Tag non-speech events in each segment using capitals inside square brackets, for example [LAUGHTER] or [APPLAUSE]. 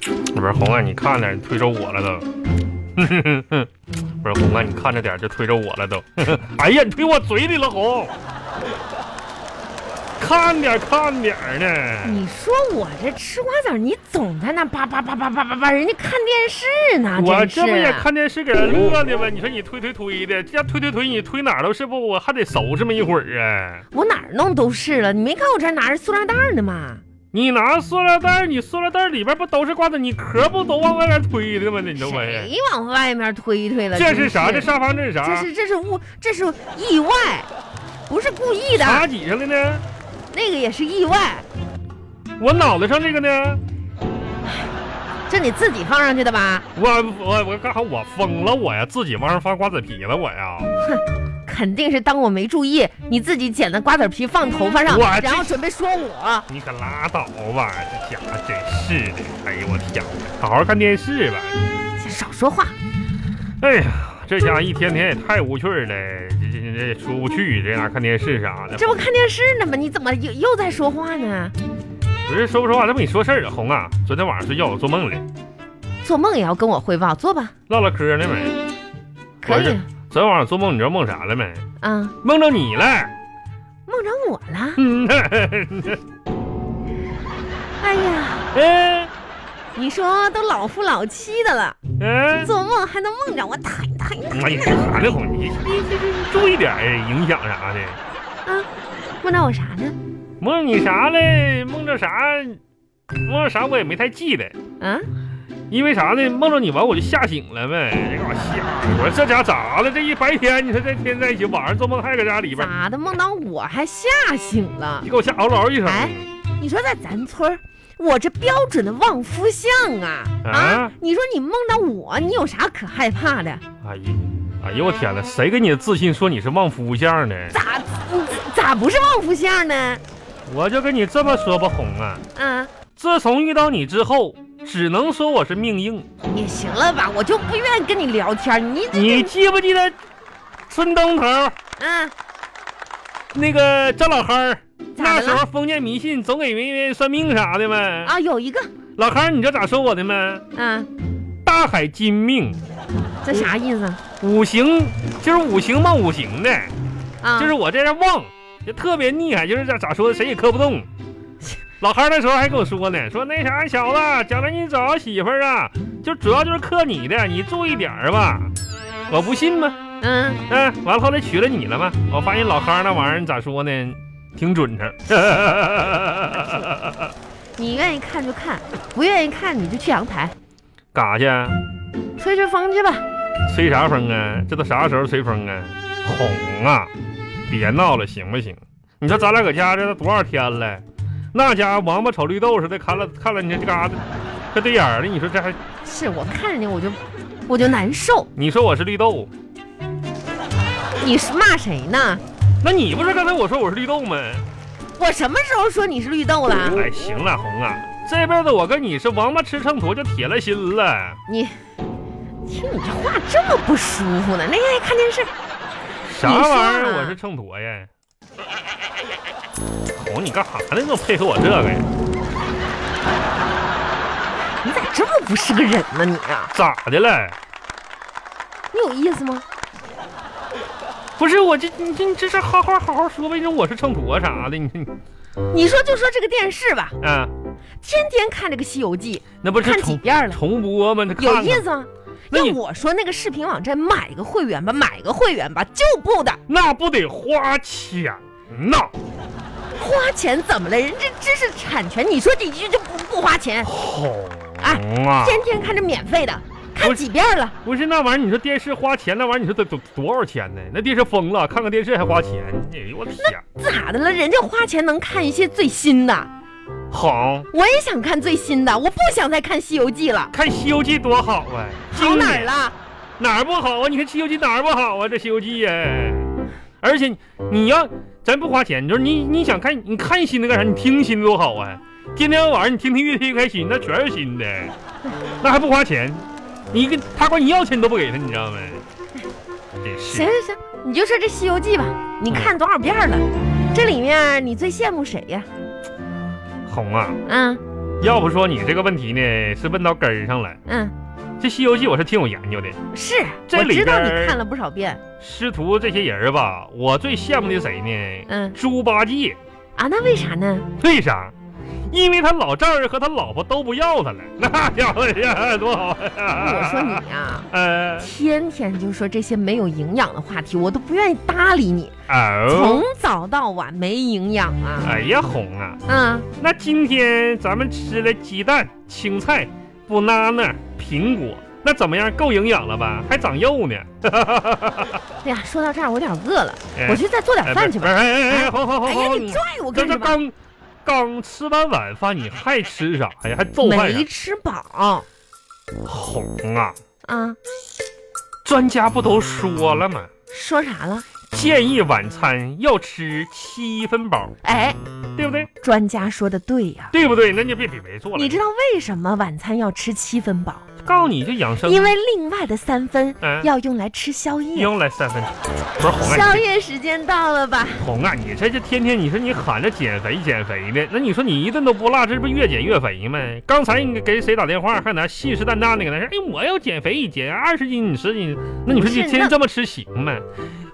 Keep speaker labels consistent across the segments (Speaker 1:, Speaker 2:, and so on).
Speaker 1: 是红啊，你看点，推着我了都。 [LAUGHS] 不是红啊，你看着点就推着我了都。 [LAUGHS] 哎呀，你推我嘴里了，红。看点看点呢，
Speaker 2: 你说我这吃瓜子儿，你总在那叭叭叭叭叭叭叭，人家看电视呢，
Speaker 1: 我
Speaker 2: 啊真是
Speaker 1: 这不也看电视给人乐的吗？你说你推推推的，这样推推推，你推哪儿都是不？我还得收拾么一会儿啊。
Speaker 2: 我哪儿弄都是了，你没看我这儿拿着塑料袋儿呢吗？
Speaker 1: 你拿塑料袋儿，你塑料袋儿里边不都是瓜子，你壳不都往外边推的吗？你这玩意儿，
Speaker 2: 谁往外面推一推了？
Speaker 1: 这
Speaker 2: 真
Speaker 1: 是啥？这沙发这是
Speaker 2: 这
Speaker 1: 啥？
Speaker 2: 是这是误，这是意外，不是故意的，
Speaker 1: 卡几上了呢？
Speaker 2: 那个也是意外，
Speaker 1: 我脑袋上这个呢？
Speaker 2: 这你自己放上去的吧？
Speaker 1: 我我我干啥？我疯了我呀！自己往上放瓜子皮了我呀！
Speaker 2: 肯定是当我没注意，你自己捡的瓜子皮放头发上
Speaker 1: 我，这
Speaker 2: 然后准备说我。
Speaker 1: 你可拉倒吧！这家伙真是的，哎呦我天，好好看电视吧！
Speaker 2: 少说话，
Speaker 1: 哎呀，这家伙一天天也太无趣了，这这这这出不去，这哪看电视啥的？
Speaker 2: 这不看电视呢吗？你怎么又又在说话呢？
Speaker 1: 不是说不说话，这不你说事儿啊？红啊，昨天晚上睡觉我做梦了，
Speaker 2: 做梦也要跟我汇报，做吧，
Speaker 1: 唠唠嗑呢没？
Speaker 2: 可
Speaker 1: 我
Speaker 2: 以
Speaker 1: 是昨天晚上做梦，你知道梦啥了没？
Speaker 2: 啊、
Speaker 1: 梦着你了。
Speaker 2: 梦着我了。
Speaker 1: 嗯，
Speaker 2: 哎呀，
Speaker 1: 哎
Speaker 2: 你说都老夫老妻的了，
Speaker 1: 哎，
Speaker 2: 做梦还能梦着我，太太
Speaker 1: 哎呀，啥呢？红，你你这这注意点儿，影响啥的。
Speaker 2: 梦着我啥呢？
Speaker 1: 梦你啥嘞？梦着啥？梦着啥？我也没太记得，
Speaker 2: 啊，
Speaker 1: 因为啥呢？梦着你完我就吓醒了呗。这嘎吓的，我说这家咋了？这一白天你说这天在一起，晚上做梦还搁家里边儿，
Speaker 2: 咋的？梦到我还吓醒了
Speaker 1: 你？给我吓嗷嗷一声。
Speaker 2: 哎你说在咱村儿，我这标准的旺夫相啊
Speaker 1: 啊
Speaker 2: 啊！你说你梦到我，你有啥可害怕的？
Speaker 1: 哎呀，哎呦我天呐，谁给你的自信说你是旺夫相呢？
Speaker 2: 咋你咋不是旺夫相呢？
Speaker 1: 我就跟你这么说吧，红啊。
Speaker 2: 啊，
Speaker 1: 自从遇到你之后，只能说我是命硬。
Speaker 2: 也行了吧，我就不愿意跟你聊天，你这
Speaker 1: 你记不记得村东头
Speaker 2: 啊，
Speaker 1: 那个张老憨儿？
Speaker 2: 咋
Speaker 1: 那
Speaker 2: 的
Speaker 1: 时候
Speaker 2: 了？
Speaker 1: 封建迷信，总给人算命啥的嘛。
Speaker 2: 啊，有一个
Speaker 1: 老憨儿，你知道咋说我的吗？
Speaker 2: 啊，
Speaker 1: 大海金命，
Speaker 2: 这啥意思
Speaker 1: 五行就是五行嘛，五行的，
Speaker 2: 啊？
Speaker 1: 就是我这人旺，就特别厉害，就是咋咋说的，谁也磕不动。老憨儿那时候还跟我说呢，说那啥小子，将来你找个媳妇儿啊，就主要就是克你的，你注意点儿吧。我不信吗？
Speaker 2: 嗯，
Speaker 1: 嗯，完了后来娶了你了吗？我发现老康那玩意儿咋说呢，挺准 [LAUGHS] 成。
Speaker 2: 你愿意看就看，不愿意看你就去阳台
Speaker 1: 干啥去？
Speaker 2: 吹吹风去吧。
Speaker 1: 吹啥风啊？这都啥时候吹风啊？哄啊！别闹了，行不行？你说咱俩搁家这都多少天了？那家伙王八炒绿豆似的，看了看了你这嘎达，这对眼儿了。你说这还？
Speaker 2: 是我看着你我就我就难受，
Speaker 1: 你说我是绿豆，
Speaker 2: 你是骂谁呢？
Speaker 1: 那你不是刚才我说我是绿豆吗？
Speaker 2: 我什么时候说你是绿豆了？
Speaker 1: 哎，行了，红啊，这辈子我跟你是王八吃秤砣就铁了心了。
Speaker 2: 你听你这话这么不舒服呢？那天看电视，
Speaker 1: 啥玩意
Speaker 2: 你说
Speaker 1: 儿？
Speaker 2: 呢
Speaker 1: 我是秤砣呀！哄你干啥呢？你怎么配合我这个呀？
Speaker 2: 你咋这么不是个人呢？你啊，
Speaker 1: 咋的了？
Speaker 2: 你有意思吗？
Speaker 1: 不是我这你这你这事好好好好说呗。你说我是秤砣啊啥的，你 [LAUGHS]
Speaker 2: 你说就说这个电视吧，
Speaker 1: 啊，
Speaker 2: 天天看这个《西游记
Speaker 1: 那不》，是
Speaker 2: 看几
Speaker 1: 重
Speaker 2: 遍了，
Speaker 1: 重播啊吗？这看
Speaker 2: 有
Speaker 1: 看
Speaker 2: 意思吗？
Speaker 1: 那
Speaker 2: 要
Speaker 1: 你
Speaker 2: 我说啊那个视频网站买个会员吧，买个会员吧，就不的，
Speaker 1: 那不得花钱呐？
Speaker 2: 花钱怎么了？人这知识产权，你说几句就不不花钱，
Speaker 1: 哄啊！
Speaker 2: 天天看着免费的，看
Speaker 1: 不是
Speaker 2: 几遍了。
Speaker 1: 不是那玩意儿，你说电视花钱那玩意儿，你说得多多少钱呢？那电视疯了，看个电视还花钱，哎呦我天！
Speaker 2: 咋的了？人家花钱能看一些最新的，
Speaker 1: 好，
Speaker 2: 我也想看最新的，我不想再看《西游记》了。
Speaker 1: 看《西游记》多好啊！
Speaker 2: 好哪
Speaker 1: 经
Speaker 2: 儿
Speaker 1: 典
Speaker 2: 了？
Speaker 1: 哪儿不好啊？你看《西游记》哪儿不好啊？这《西游记》哎，而且你要咱不花钱，你说你你想看你看新的干啥？你听新的多好啊！天天晚上你听听越听越开心，那全是新的，那还不花钱？你跟他管你要钱你都不给他，你知道没？真是
Speaker 2: 行行行，你就说这《西游记》吧，你看多少遍了？这里面你最羡慕谁呀？
Speaker 1: 红啊！
Speaker 2: 啊，
Speaker 1: 要不说你这个问题呢，是问到根儿上了。
Speaker 2: 嗯，
Speaker 1: 这《西游记》我是挺有研究的，
Speaker 2: 是，
Speaker 1: 这
Speaker 2: 我
Speaker 1: 里
Speaker 2: 知道
Speaker 1: 边
Speaker 2: 你
Speaker 1: 儿
Speaker 2: 看了不少遍。
Speaker 1: 师徒这些人儿吧，我最羡慕的谁呢？
Speaker 2: 嗯
Speaker 1: 猪八戒。
Speaker 2: 啊，那为啥呢？
Speaker 1: 为啥？因为他老丈人和他老婆都不要他了，那家伙呀，多好呀！
Speaker 2: 我说你，呀、
Speaker 1: 呃，
Speaker 2: 天天就说这些没有营养的话题，我都不愿意搭理你，从
Speaker 1: 哦，
Speaker 2: 早到晚没营养啊。
Speaker 1: 哎呀，红啊！
Speaker 2: 嗯，
Speaker 1: 那今天咱们吃了鸡蛋、青菜、banana、苹果，那怎么样？够营养了吧？还长肉呢。
Speaker 2: 哎呀，说到这儿我有点饿了，
Speaker 1: 哎
Speaker 2: 我去再做点
Speaker 1: 哎
Speaker 2: 饭去
Speaker 1: 不是
Speaker 2: 吧。
Speaker 1: 哎哎哎，好好好
Speaker 2: 哎
Speaker 1: 好，
Speaker 2: 呀，
Speaker 1: 好
Speaker 2: 你拽我
Speaker 1: 这
Speaker 2: 干
Speaker 1: 这
Speaker 2: 什么？
Speaker 1: 刚刚吃完晚饭，你还吃啥呀？还揍饭
Speaker 2: 没
Speaker 1: 呀？
Speaker 2: 吃饱
Speaker 1: 红啊！
Speaker 2: 啊？
Speaker 1: 专家不都说了吗？
Speaker 2: 说啥了？
Speaker 1: 建议晚餐要吃七分饱，
Speaker 2: 哎，
Speaker 1: 对不对？
Speaker 2: 专家说的对呀、
Speaker 1: 对不对？那你别别别做了。
Speaker 2: 你知道为什么晚餐要吃七分饱？
Speaker 1: 告诉你就养生，
Speaker 2: 因为另外的三分
Speaker 1: 嗯
Speaker 2: 要用来吃宵夜。
Speaker 1: 用来三分钟。不是红啊
Speaker 2: 宵，夜时间到了吧？
Speaker 1: 你红啊，你这这天天你说你喊着减肥减肥的，那你说你一顿都不落，这不越减越肥吗？刚才你给谁打电话，还拿信誓旦旦的搁那说，哎，我要减肥，减二十斤、十斤，那你说
Speaker 2: 不
Speaker 1: 你
Speaker 2: 是
Speaker 1: 天天
Speaker 2: 那
Speaker 1: 这么吃行吗？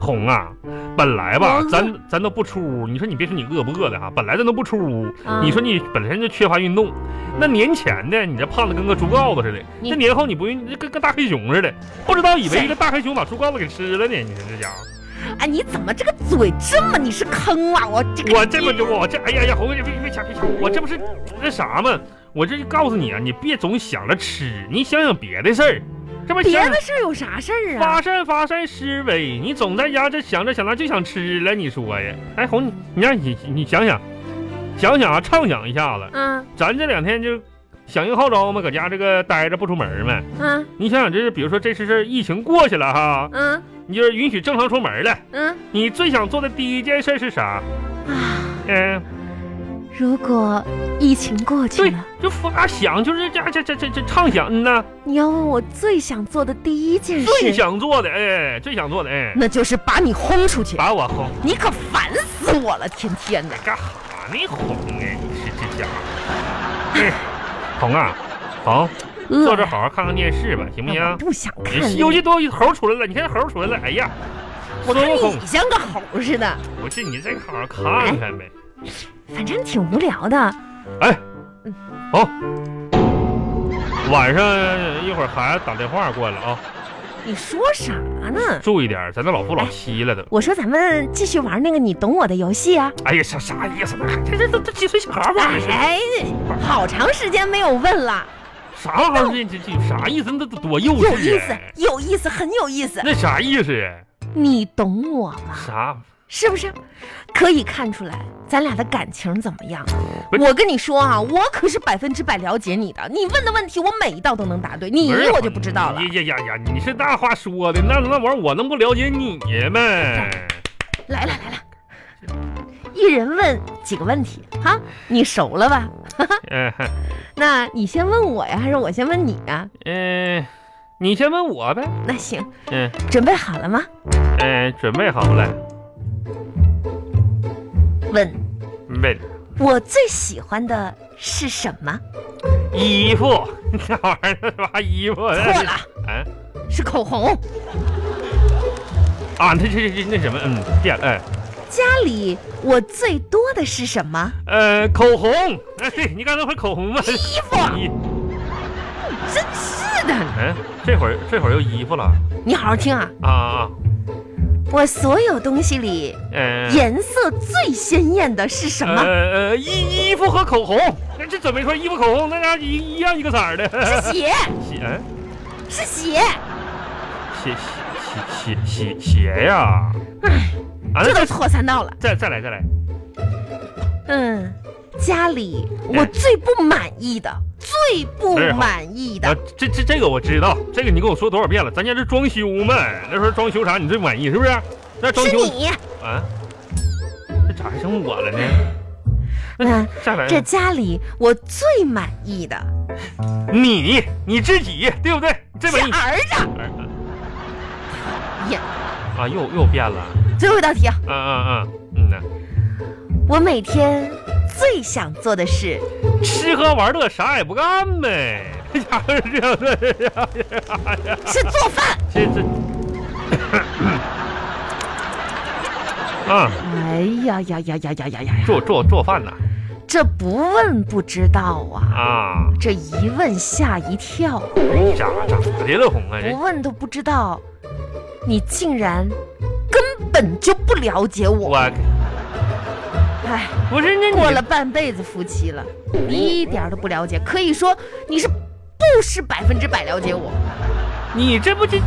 Speaker 1: 红啊，本来吧
Speaker 2: 我，饿
Speaker 1: 咱咱都不出屋，你说你别说你饿不饿的哈，本来咱都不出屋，
Speaker 2: 啊
Speaker 1: 你说你本身就缺乏运动，那年前呢，你这胖的跟个猪羔子似的，
Speaker 2: 你
Speaker 1: 这年后你不运，跟跟大黑熊似的，不知道以为
Speaker 2: 谁
Speaker 1: 一个大黑熊把猪羔子给吃了呢。你说这家伙，
Speaker 2: 哎，你怎么这个嘴这么你是坑啊？我这个
Speaker 1: 我这不就我这，哎呀呀，红姐别别抢别抢，我这不是那啥吗？我这就告诉你啊，你别总想着吃，你想想别的事儿，这不
Speaker 2: 别
Speaker 1: 想
Speaker 2: 的事儿有啥事儿啊？
Speaker 1: 发散发散思维，你总在家这想着想着就想吃了，你说呀？哎，红，你你让你你想想，想想啊，畅想一下子，
Speaker 2: 嗯
Speaker 1: 咱这两天就响应号召嘛，搁家这个待着不出门嘛。
Speaker 2: 嗯
Speaker 1: 你想想，这是比如说这次是疫情过去了哈，
Speaker 2: 嗯
Speaker 1: 你就是允许正常出门了，
Speaker 2: 嗯
Speaker 1: 你最想做的第一件事是啥？
Speaker 2: 啊！
Speaker 1: 嗯、
Speaker 2: 如果疫情过去
Speaker 1: 对
Speaker 2: 了，，
Speaker 1: 就发想，就是这这这这这畅想，嗯呐，
Speaker 2: 你要问我最想做的第一件
Speaker 1: 最
Speaker 2: 事，
Speaker 1: 想做的，哎，最想做的，哎，
Speaker 2: 那就是把你轰出去。
Speaker 1: 把我轰，
Speaker 2: 你可烦死我了，天天的。
Speaker 1: 干哈呢轰哎，你是这家伙，
Speaker 2: [LAUGHS]
Speaker 1: 哎红啊，红，坐这好好看看电视吧，行不行
Speaker 2: 哎我？不想
Speaker 1: 你
Speaker 2: 看
Speaker 1: 《
Speaker 2: 了
Speaker 1: 西游记》都有猴出来了，你看猴出来了，哎呀，
Speaker 2: 我
Speaker 1: 孙
Speaker 2: 看
Speaker 1: 悟空，
Speaker 2: 你像个猴似的，
Speaker 1: 不是你再好好看看呗，
Speaker 2: 反正挺无聊的。
Speaker 1: 哎，好，晚上一会儿孩子打电话过来啊，
Speaker 2: 你说啥呢？
Speaker 1: 注意点儿，咱都老夫老
Speaker 2: 哎
Speaker 1: 妻了都。
Speaker 2: 我说咱们继续玩那个你懂我的游戏啊！
Speaker 1: 哎呀，啥啥意思呢？这这这这几岁小孩玩的是
Speaker 2: 哎，好长时间没有问了，
Speaker 1: 啥玩意儿？这这这啥意思？那都多幼稚啊！
Speaker 2: 有意思，有意思，很有意思。
Speaker 1: 那啥意思呀？
Speaker 2: 你懂我吗？
Speaker 1: 啥？
Speaker 2: 是不是？可以看出来咱俩的感情怎么样？啊
Speaker 1: 不是
Speaker 2: 我跟你说啊，我可是百分之百了解你的。你问的问题，我每一道都能答对，你
Speaker 1: 不是
Speaker 2: 我就不知道了
Speaker 1: 哎。呀呀呀！你是那话说的，那那玩意儿我能不了解你吗？
Speaker 2: [LAUGHS] 来了来了，一人问几个问题哈，你熟了吧？
Speaker 1: 嗯
Speaker 2: 那你先问我呀，还是我先问你呀？
Speaker 1: 嗯，你先问我呗。
Speaker 2: 那行，
Speaker 1: 嗯
Speaker 2: 准备好了吗？
Speaker 1: 嗯，准备好了？
Speaker 2: 问
Speaker 1: 问
Speaker 2: 我最喜欢的是什么？
Speaker 1: 衣服， [LAUGHS] 那玩意儿啥衣服？
Speaker 2: 错了，
Speaker 1: 啊
Speaker 2: 是口红。
Speaker 1: 啊，那这这那什么，嗯，变了，哎。
Speaker 2: 家里我最多的是什么？
Speaker 1: 呃，口红， [LAUGHS] 哎，对你刚才说口红吗？
Speaker 2: 衣服
Speaker 1: [LAUGHS] 衣，
Speaker 2: 真是的，
Speaker 1: 嗯，这会儿这会儿又衣服了
Speaker 2: 你好好听啊！
Speaker 1: 啊啊，
Speaker 2: 我所有东西里
Speaker 1: 呃，
Speaker 2: 颜色最鲜艳的是什
Speaker 1: 呃
Speaker 2: 么？
Speaker 1: 呃衣衣服和口红，那这准备说衣服口红，那家一一样一个色儿的，
Speaker 2: 是鞋，
Speaker 1: 鞋嗯
Speaker 2: 是鞋。
Speaker 1: 鞋鞋鞋鞋鞋呀，
Speaker 2: 唉，
Speaker 1: 啊，那
Speaker 2: 这都
Speaker 1: 再
Speaker 2: 错三道了。
Speaker 1: 再再来再来，
Speaker 2: 嗯，家里我最不满意的，最不满意
Speaker 1: 啊
Speaker 2: 的，，
Speaker 1: 这这这个我知道，这个你跟我说多少遍了，咱家这装修嘛，那时候装修啥你最满意是不是？那装
Speaker 2: 是
Speaker 1: 修
Speaker 2: 你。
Speaker 1: 啊，那咋还剩我了呢？那
Speaker 2: 嗯
Speaker 1: 再来
Speaker 2: 这家里我最满意的
Speaker 1: 你你自己对不对？这
Speaker 2: 是
Speaker 1: 玩意哎
Speaker 2: 儿子。呀，
Speaker 1: 啊，又又变了，啊
Speaker 2: 最后一道题啊，
Speaker 1: 嗯嗯嗯嗯呐，
Speaker 2: 我每天最想做的 [LAUGHS] 事。
Speaker 1: 吃喝玩乐啥也不干呗，这家伙是这样的，
Speaker 2: 是做饭。
Speaker 1: 这这。啊，
Speaker 2: 哎呀呀呀呀呀呀呀！
Speaker 1: 做做做饭呢
Speaker 2: 这不问不知道啊，
Speaker 1: 啊，
Speaker 2: 这一问吓一跳，啊
Speaker 1: 咋咋的了红啊？
Speaker 2: 不
Speaker 1: 这
Speaker 2: 问都不知道，你竟然根本就不了解我。
Speaker 1: 我
Speaker 2: 哎，
Speaker 1: 不是那你
Speaker 2: 过了半辈子夫妻了，一点儿都不了解，可以说你是不是百分之百了解我？
Speaker 1: 你这不这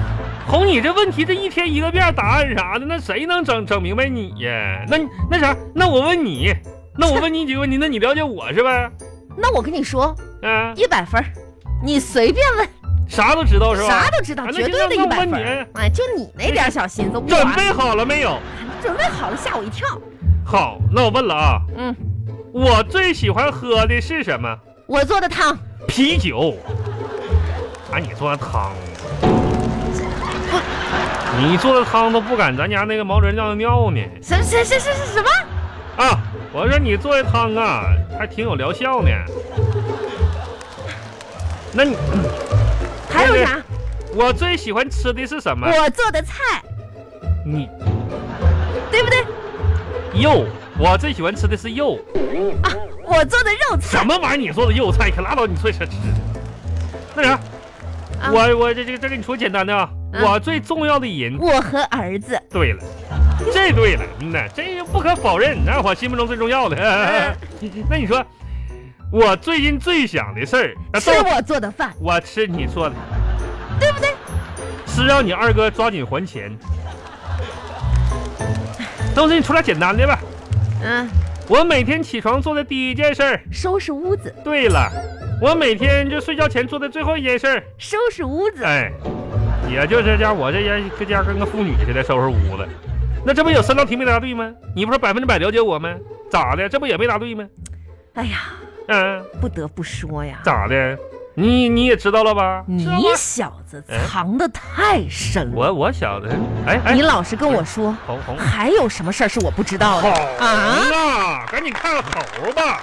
Speaker 1: 红，你这问题这一天一个遍答案啥的，那谁能整整明白你呀？那那啥，那我问你，那我问你几个问题，那你了解我是呗？
Speaker 2: 那我跟你说，
Speaker 1: 啊，
Speaker 2: 一百分儿，你随便问，
Speaker 1: 啥都知道是吧？
Speaker 2: 啥都知
Speaker 1: 啊
Speaker 2: 道，
Speaker 1: 那
Speaker 2: 绝
Speaker 1: 就
Speaker 2: 对
Speaker 1: 那
Speaker 2: 的一
Speaker 1: 我
Speaker 2: 百
Speaker 1: 问
Speaker 2: 分
Speaker 1: 你
Speaker 2: 儿。哎，就你那点儿小心思，我
Speaker 1: 准备好了没有？
Speaker 2: 准备好了，吓我一跳。
Speaker 1: 好，那我问了啊，
Speaker 2: 嗯，
Speaker 1: 我最喜欢喝的是什么？
Speaker 2: 我做的汤，
Speaker 1: 啤酒。啊，你做的汤，你做的汤都不敢咱家那个毛主任尿的尿呢。
Speaker 2: 什么什么什么什么什么？
Speaker 1: 啊，我说你做的汤啊，还挺有疗效呢。那你
Speaker 2: 还有啥？
Speaker 1: 我最喜欢吃的是什么？
Speaker 2: 我做的菜，
Speaker 1: 你
Speaker 2: 对不对？
Speaker 1: 肉，我最喜欢吃的是肉。
Speaker 2: 啊，我做的肉菜
Speaker 1: 什么玩意儿？你做的肉菜？可拉倒，你最吃吃的。那啥，
Speaker 2: 啊
Speaker 1: 我我这这个再跟你说简单的啊，
Speaker 2: 嗯
Speaker 1: 我最重要的人。
Speaker 2: 我和儿子。
Speaker 1: 对了，这对了，嗯呐，这个不可否认，那是我心目中最重要的。 [LAUGHS] 那你说，我最近最想的事儿，啊
Speaker 2: 吃
Speaker 1: 都
Speaker 2: 我做的饭，
Speaker 1: 我吃你做的，
Speaker 2: 对不对？
Speaker 1: 是让你二哥抓紧还钱。都是你出点简单的吧。
Speaker 2: 嗯，
Speaker 1: 我每天起床做的第一件事儿，
Speaker 2: 收拾屋子，
Speaker 1: 对了，我每天就睡觉前做的最后一件事儿，
Speaker 2: 收拾屋子，
Speaker 1: 哎，也就这家我这家搁家跟个妇女似的收拾屋子，那这不有三道题没答对吗？你不是百分之百了解我吗？咋的？这不也没答对吗？
Speaker 2: 哎呀，
Speaker 1: 嗯、
Speaker 2: 不得不说呀，
Speaker 1: 咋的？你你也知道了吧？
Speaker 2: 你
Speaker 1: 知道吧
Speaker 2: 小子藏得太深了。
Speaker 1: 哎我我晓得，哎哎
Speaker 2: 你，老实跟我说，
Speaker 1: 红红
Speaker 2: 还有什么事儿是我不知道
Speaker 1: 红
Speaker 2: 的啊？
Speaker 1: 啊！赶紧看猴吧，